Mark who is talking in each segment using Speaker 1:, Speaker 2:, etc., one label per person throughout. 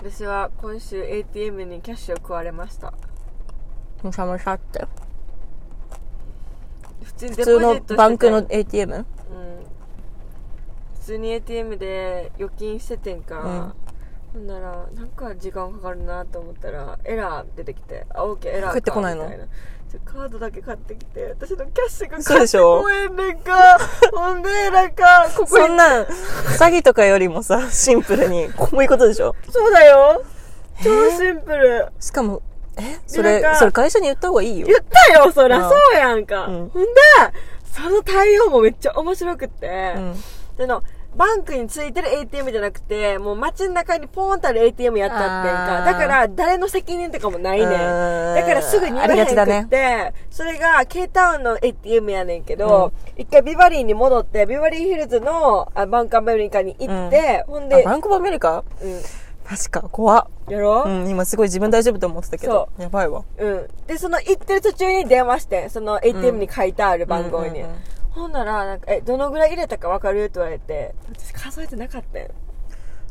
Speaker 1: 私は今週 ATM にキャッシュを食われました
Speaker 2: むしゃむしゃって。
Speaker 1: 普通に
Speaker 2: 普
Speaker 1: デ
Speaker 2: 通
Speaker 1: ポジッ
Speaker 2: の
Speaker 1: トしてて
Speaker 2: バンクの ATM?
Speaker 1: うん普通に ATM で預金しててんか、ほんならなんか時間かかるなと思ったらエラー出てきて「あオーケーエラーか」
Speaker 2: 帰ってこないの
Speaker 1: みたちょカードだけ買ってきて私のキャッシュが
Speaker 2: そう
Speaker 1: 買
Speaker 2: で
Speaker 1: って
Speaker 2: しょ
Speaker 1: こえんねん かほんでなんかここ
Speaker 2: そん
Speaker 1: に
Speaker 2: なん、詐欺とかよりもさ、シンプル に、こういうことでしょ
Speaker 1: そうだよ超シンプル
Speaker 2: しかも、えそれ
Speaker 1: なん、か
Speaker 2: それ会社に言った方がいいよ
Speaker 1: 言。ったよそ
Speaker 2: あ
Speaker 1: ら
Speaker 2: あ
Speaker 1: そうやんか、
Speaker 2: うん
Speaker 1: ほんでその対応もめっちゃ面白くって、
Speaker 2: うん。
Speaker 1: でのバンクについてる ATM じゃなくてもう街の中にポーンとある ATM やったってん
Speaker 2: あ
Speaker 1: か
Speaker 2: ー
Speaker 1: だから誰の責任とかもないねん
Speaker 2: う
Speaker 1: だ
Speaker 2: ーん
Speaker 1: からすぐに言わへんく
Speaker 2: あり
Speaker 1: っ
Speaker 2: がち
Speaker 1: て、それが K タウンの ATM やねんけど、一回ビバリーに戻ってビバリーヒルズのあバンクアメリカに行って、ほん
Speaker 2: あ
Speaker 1: で、
Speaker 2: バンクオブアメリカ
Speaker 1: う
Speaker 2: 確か、怖っ。
Speaker 1: ん、やろ、
Speaker 2: うん、今すごい自分大丈夫と思ってたけど。やばいわ。
Speaker 1: うん。で、その行ってる途中に電話して、その ATM に書いてある番号に。
Speaker 2: うんうんうん
Speaker 1: ほんなら、なんか、え、どのぐらい入れたかわかるって言われて、私数えてなかったよ。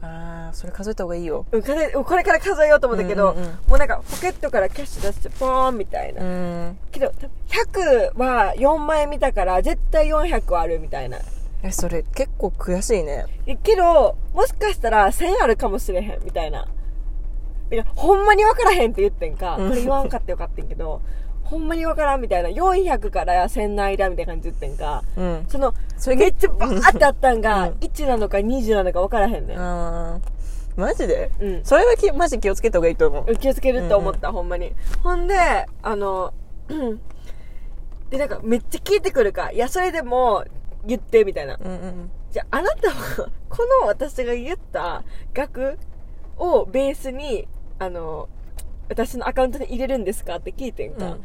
Speaker 2: あー、それ数えた方がいいよ。
Speaker 1: うん数えうんこれから数えようと思ったけど、
Speaker 2: うんうんうん
Speaker 1: もうなんかポケットからキャッシュ出してポーンみたいな。
Speaker 2: うん。
Speaker 1: けど、100は4枚見たから絶対400あるみたいな。
Speaker 2: え、それ結構悔しいね。
Speaker 1: えけど、もしかしたら1000あるかもしれへんみたいな。いや、ほんまにわからへんって言ってんか、
Speaker 2: うん
Speaker 1: これ言わんかったよかったんけど、 ほんまにわからんみたいな、400から1000の間みたいな感じで言ってんか、
Speaker 2: うん。
Speaker 1: その、
Speaker 2: それ
Speaker 1: めっ
Speaker 2: 結
Speaker 1: ちゃバーってあったんが、
Speaker 2: うん
Speaker 1: 1なのか20なのかわからへんねん。
Speaker 2: 構、うん。マジで
Speaker 1: うん
Speaker 2: それはき、マジ気をつけた方がいいと思う。
Speaker 1: 気をつけると思った、ほんまにほんであのうんでなんかめっちゃ聞いてくるかいやそれでも言ってみたいな
Speaker 2: うんうん。
Speaker 1: じゃああなたは この私が言った額をベースにあの私のアカウントに入れるんですかって聞いてんか、
Speaker 2: うん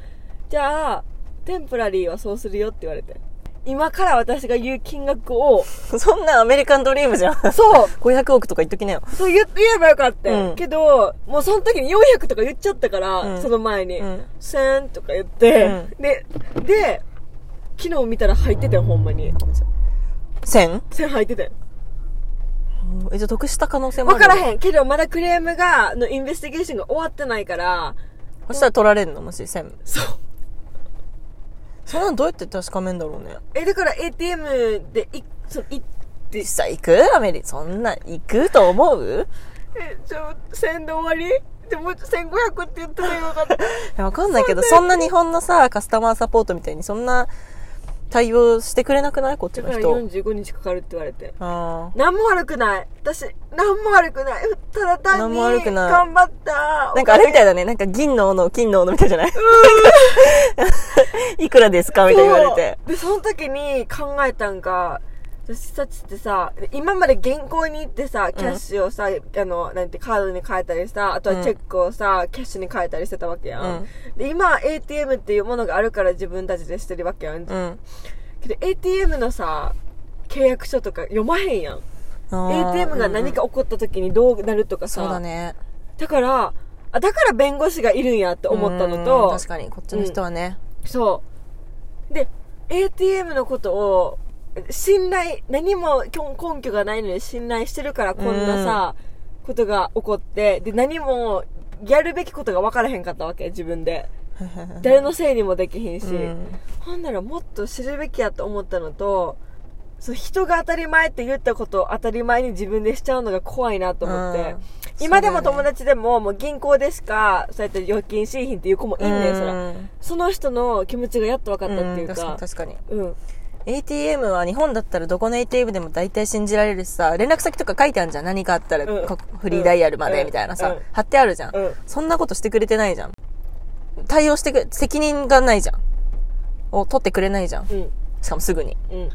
Speaker 1: じゃあテンプラリーはそうするよって言われて今から私が言う金額を
Speaker 2: そんなアメリカンドリームじゃん。
Speaker 1: そう
Speaker 2: 500億とか言っときなよ。
Speaker 1: そう言言えばよかった、
Speaker 2: うん
Speaker 1: けどもうその時に400とか言っちゃったから、
Speaker 2: うん
Speaker 1: その前に、
Speaker 2: うん。
Speaker 1: せんとか言って、
Speaker 2: うん
Speaker 1: で、で、昨日見たら入っててん、ほんまに。
Speaker 2: 1000?
Speaker 1: 線入っててん。
Speaker 2: え、じゃあ得した可能性もあ
Speaker 1: わ
Speaker 2: る
Speaker 1: から
Speaker 2: ん。
Speaker 1: へん。けど、まだクレームが、のインベスティゲーションが終わってないから、
Speaker 2: そしたら取られるのもし1000。
Speaker 1: そう。
Speaker 2: そんなのどうやって確かめんだろうね。
Speaker 1: え、だから ATM で、い、その、いって
Speaker 2: 実、際行くアメリカ。そんな、行くと思う
Speaker 1: え、ちょ、線で終わりでも、1500って言ったらよか った。
Speaker 2: いやわかんないけど、そんな日本のさ、カスタマーサポートみたいに、そんな対応してくれなくないこっち
Speaker 1: だか
Speaker 2: の
Speaker 1: ら
Speaker 2: 人。
Speaker 1: 45日かかるって言われて。
Speaker 2: あ
Speaker 1: なんも悪くない。私、なんも悪くない。ただ単
Speaker 2: 何
Speaker 1: に、
Speaker 2: も悪くない
Speaker 1: 頑張った。
Speaker 2: あ。なんかあれみたいだね。なんか銀の斧、金の斧みたいじゃない いくらですかみたいに言われて。
Speaker 1: そうでその時に考えたんが私たちってさ今まで銀行に行ってさキャッシュをさ、あのなんてカードに変えたりさあと
Speaker 2: う
Speaker 1: は
Speaker 2: ん
Speaker 1: チェックをさ、キャッシュに変えたりしてたわけやん、
Speaker 2: うん
Speaker 1: で今 ATM っていうものがあるから自分たちでしてるわけやん、
Speaker 2: うん。
Speaker 1: けど ATM のさ契約書とか読まへんやん
Speaker 2: あー
Speaker 1: ATM が何か起こった時にどうなるとかさ、
Speaker 2: そうだね。
Speaker 1: だからあだから弁護士がいるんやって思ったの
Speaker 2: う
Speaker 1: と
Speaker 2: ん確かに、こっちの人はね。
Speaker 1: そう。で、ATM のことを、信頼、何も根根拠がないのに信頼してるからこんなさ、ことが起こって、で、何もやるべきことが分からへんかったわけ、自分 で。誰のせいにもできひんし。
Speaker 2: うん
Speaker 1: ほんならもっと知るべきやと思ったのと、そう人が当たり前って言ったことを当たり前に自分でしちゃうのが怖いなと思って、
Speaker 2: うん
Speaker 1: 今でも
Speaker 2: そうだ
Speaker 1: 友
Speaker 2: よね
Speaker 1: 達でももう銀行でしかそうやって預金しいひんっていう子もいんねん、そら。
Speaker 2: うん
Speaker 1: その人の気持ちがやっと分かったっていう
Speaker 2: 確か
Speaker 1: か
Speaker 2: に、確かに。
Speaker 1: うん、
Speaker 2: ATM は日本だったらどこの ATM でも大体信じられるしさ、連絡先とか書いてあるじゃん。何かあったら、
Speaker 1: うん
Speaker 2: こフリーダイヤルまで
Speaker 1: うん
Speaker 2: みたいなさ、
Speaker 1: うん
Speaker 2: 貼ってあるじゃん,、
Speaker 1: うん
Speaker 2: そんなことしてくれてないじゃん。対応してく、責任がないじゃん。を取ってくれないじゃん。
Speaker 1: うん、
Speaker 2: しかもすぐに。
Speaker 1: うん、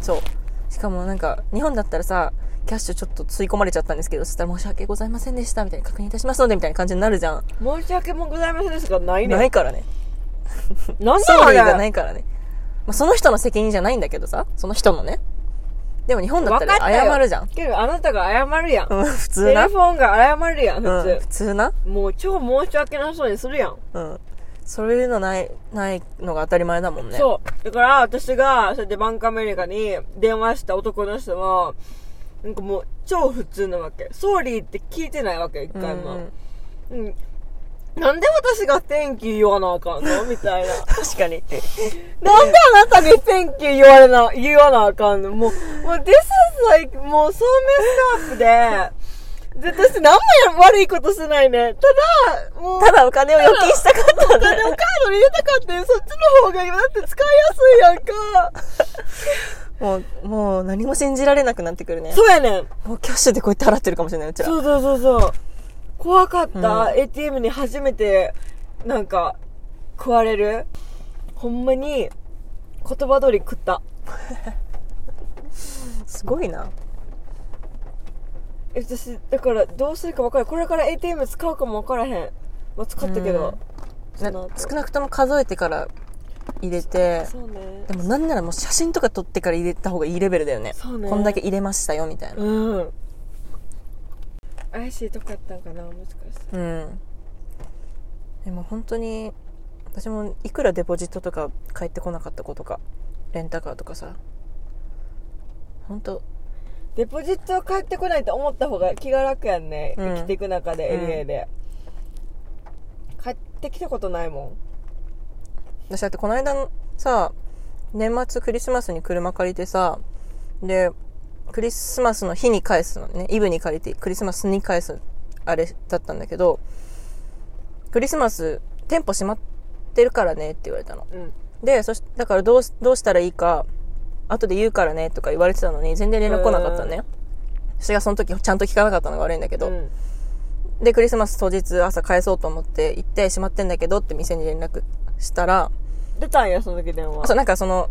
Speaker 2: そう。しかもなんか、日本だったらさ、キャッシュちょっと吸い込まれちゃったんですけど、そしたら申し訳ございませんでした、みたいな確認いたしますので、みたいな感じになるじゃん。
Speaker 1: 申し訳もございませんですがないね。
Speaker 2: ないからね。
Speaker 1: なん
Speaker 2: ソ
Speaker 1: だ
Speaker 2: ー
Speaker 1: あ
Speaker 2: リ
Speaker 1: れ
Speaker 2: ーがないからね。まあ、その人の責任じゃないんだけどさ、その人のね。でも日本だった
Speaker 1: 分からったよ
Speaker 2: 謝るじゃん。
Speaker 1: けどあなたが謝るやん。
Speaker 2: うん、普
Speaker 1: テ
Speaker 2: 通な
Speaker 1: レ。フォンが謝るやん、
Speaker 2: うん
Speaker 1: 普
Speaker 2: 普通な。
Speaker 1: 通。もう超申し訳なそうにするやん。
Speaker 2: うん。そういうのない、ないのが当たり前だもんね。
Speaker 1: そう。だから私が、それでバンクアメリカに電話した男の人も、なんかもう超普通なわけ。ソーリーって聞いてないわけ、一回も。
Speaker 2: うん
Speaker 1: うん。なんで私が天気言わなあかんのみたいな。
Speaker 2: 確かに。
Speaker 1: なんであなたに Thank you 言われな、言わなあかんのもう、もう This is like, もうそうメスアップで、で私何もや悪いことしてないね。ただ、もう、
Speaker 2: ただお金を預金したかったん
Speaker 1: お金
Speaker 2: だ
Speaker 1: をカードに入れたかって、そっちの方が、だって使いやすいやんか。
Speaker 2: もう、もう何も信じられなくなってくるね。
Speaker 1: そうやねん。
Speaker 2: もうキャッシュでこうやって払ってるかもしれない、うちら。
Speaker 1: そうそうそうそう。怖かった。
Speaker 2: う
Speaker 1: ATM に初めて、なんか、食われる。ほんまに、言葉通り食った。
Speaker 2: すごいな。
Speaker 1: え私だからどうするか分からんこれから ATM 使うかも分からへん、まあ、使ったけど、
Speaker 2: な
Speaker 1: その後
Speaker 2: 少なくとも数えてから入れて、
Speaker 1: そうね
Speaker 2: でもなんならもう写真とか撮ってから入れた方がいいレベルだよね。
Speaker 1: そうね
Speaker 2: こんだけ入れましたよ、みたいな。
Speaker 1: うん怪しいとこやったんかなもしかして
Speaker 2: うん。でも本当に、私もいくらデポジットとか返ってこなかった子とか、レンタカーとかさ、本当
Speaker 1: デポジット返ってこないと思った方が気が楽やんね、
Speaker 2: うん
Speaker 1: 生きていく中で
Speaker 2: うん
Speaker 1: LA で、帰ってきたことないも
Speaker 2: 私だってこの間さ年末クリスマスに車借りてさでクリスマスの日に返すのねイブに借りてクリスマスに返すあれだったんだけどクリスマス店舗閉まってるからねって言われたの
Speaker 1: んうん
Speaker 2: でそしだからどうしどうしたらいいか後で言うからねとか言われてたのに全然連絡来なかったのね私がその時ちゃんと聞かなかったのが悪いんだけど、
Speaker 1: うん
Speaker 2: で、クリスマス当日朝返そうと思って行って閉まってんだけどって店に連絡したら、
Speaker 1: 出たんやその時電
Speaker 2: あ
Speaker 1: 話
Speaker 2: そう、なんかその、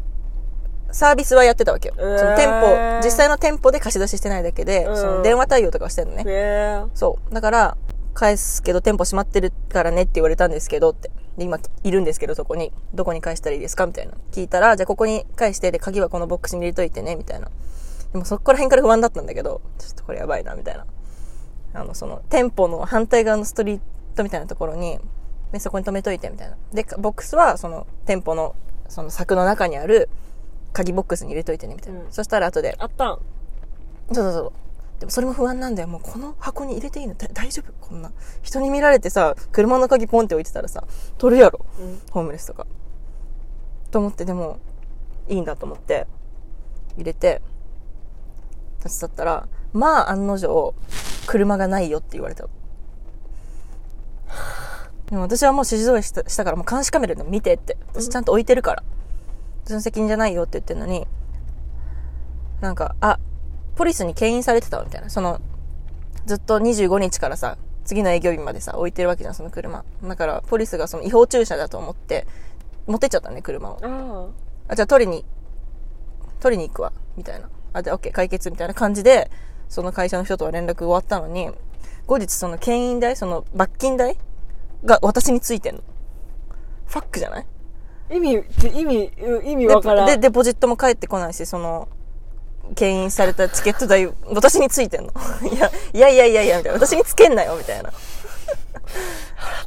Speaker 2: サービスはやってたわけよ。
Speaker 1: えー
Speaker 2: その店舗、実際の店舗で貸し出ししてないだけで、
Speaker 1: うん
Speaker 2: その電話対応とかはしてるのね。
Speaker 1: へ
Speaker 2: そう。だから、返すけど店舗閉まってるからねって言われたんですけどって。で、今いるんですけどそこに、どこに返したらいいですかみたいな。聞いたら、じゃあここに返して、で、鍵はこのボックスに入れといてね、みたいな。でもそこら辺から不安だったんだけど、ちょっとこれやばいな、みたいな。あの、その、店舗の反対側のストリートみたいなところに、でそこに止めといて、みたいな。で、かボックスは、その、店舗の、その柵の中にある、鍵ボックスに入れといてね、みたいな。
Speaker 1: うん
Speaker 2: そしたら後で、
Speaker 1: あったん
Speaker 2: そうそうそう。でもそれも不安なんだよ。もうこの箱に入れていいのだ大丈夫こんな。人に見られてさ、車の鍵ポンって置いてたらさ、取るやろ。
Speaker 1: うん
Speaker 2: ホームレスとか。と思って、でも、いいんだと思って、入れて、立ち去ったら、まあ案の定、車がないよって言われた。でも私はもう指示通りしたしたから、もう監視カメラでも見てって。私ちゃんと置いてるから。私の責任じゃないよって言ってんのに、なんか、あ、ポリスに牽引されてたわみたいな。その、ずっと25日からさ、次の営業日までさ、置いてるわけじゃん、その車。だから、ポリスがその違法駐車だと思って、持ってっちゃったね、車を。
Speaker 1: あ
Speaker 2: あ、じゃあ取りに、取りに行くわ、みたいな。あ、じゃあ OK、解決みたいな感じで、その会社の人とは連絡終わったのに、後日その牽引代、その罰金代が私についてんの。ファックじゃない
Speaker 1: あ意味意味意味わからん
Speaker 2: ででデポジットも返ってこないしその牽引されたチケット代 私についてんのいやいやいやいやいやみたいな私につけんなよみたいな払っ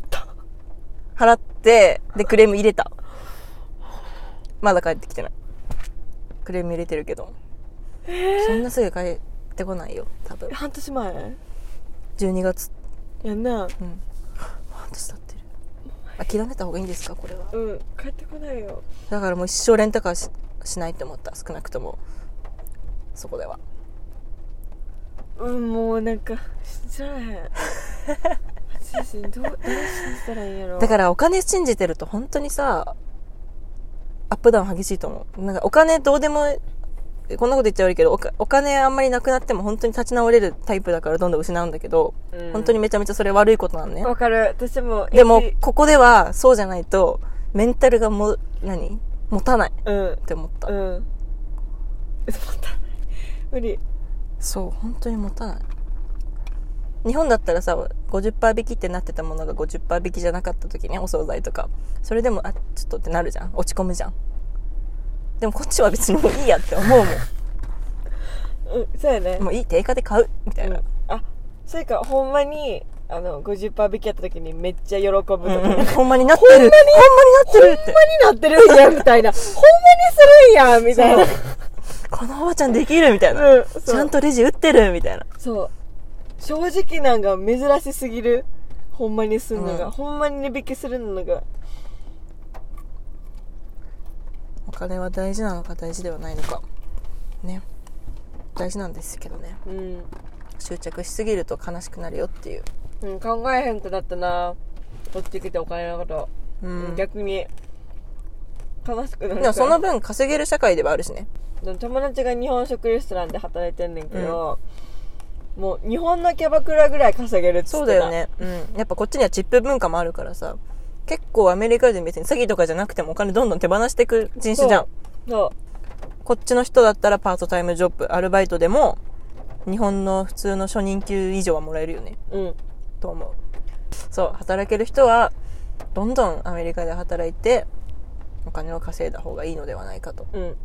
Speaker 2: た払ってでクレーム入れたまだ帰ってきてないクレーム入れてるけど、そんなすぐ帰ってこないよ多分
Speaker 1: 半年前
Speaker 2: 12月
Speaker 1: やんな
Speaker 2: うん半年経ってる諦めた方がいいんですかこれは
Speaker 1: うん帰ってこないよ
Speaker 2: だからもう一生レンタカーししないって思った少なくともそこでは
Speaker 1: うんもうなんか信じられへん私自身どう誰信じたらいいんやろ
Speaker 2: だからお金信じてると本当にさアップダウン激しいと思うなんかお金どうでもこんなこと言っちゃ悪いけどおかお金あんまりなくなっても本当に立ち直れるタイプだからどんどん失うんだけど、
Speaker 1: うん
Speaker 2: 本当にめちゃめちゃそれ悪いことなのね
Speaker 1: わかる私も
Speaker 2: でも
Speaker 1: 駅
Speaker 2: ここではそうじゃないとメンタルがも何持たないっ
Speaker 1: うん
Speaker 2: て思った、
Speaker 1: うんまた無理
Speaker 2: そう本当に持たない日本だったらさ50%引きってなってたものが50%引きじゃなかった時ねお惣菜とかそれでもあちょっとってなるじゃん落ち込むじゃんでもこっちは別にもういいやって思うも
Speaker 1: うんそうやね
Speaker 2: ん もういい定価で買うみたいな、
Speaker 1: うんあそれかほんまにあの50%引きやった時にめっちゃ喜ぶとか、
Speaker 2: うん
Speaker 1: ほん
Speaker 2: うんほんまになってるほんまになってるって
Speaker 1: まになってるんやみたいなほんまにするんやみたいな
Speaker 2: このおばちゃんできるみたいな。
Speaker 1: うんそう
Speaker 2: ちゃんとレジ打ってるみたいな。
Speaker 1: そう正直なんか珍しすぎるほんまにすんのが、
Speaker 2: うん
Speaker 1: ほんまに値引きするのが
Speaker 2: お金は大事なのか大事ではないのか。ね。大事なんですけどね。
Speaker 1: うん、
Speaker 2: 執着しすぎると悲しくなるよっていう。
Speaker 1: うん、考えへんくなったなこっち来てお金のこと、
Speaker 2: うん。で
Speaker 1: 逆に悲しくなる
Speaker 2: もその分稼げる社会ではあるしね。
Speaker 1: でも友達が日本食レストランで働いてんねんけど、もう日本のキャバクラぐらい稼げるっつってた
Speaker 2: そうだよね。うん。やっぱこっちにはチップ文化もあるからさ。結構アメリカ人別に詐欺とかじゃなくてもお金どんどん手放していく人種じゃん。
Speaker 1: そ
Speaker 2: こっちの人だったらパートタイムジョブ、アルバイトでも、日本の普通の初任給以上はもらえるよね。
Speaker 1: ううん
Speaker 2: と思う。そう、働ける人は、どんどんアメリカで働いて、お金を稼いだ方がいいのではないかと
Speaker 1: うん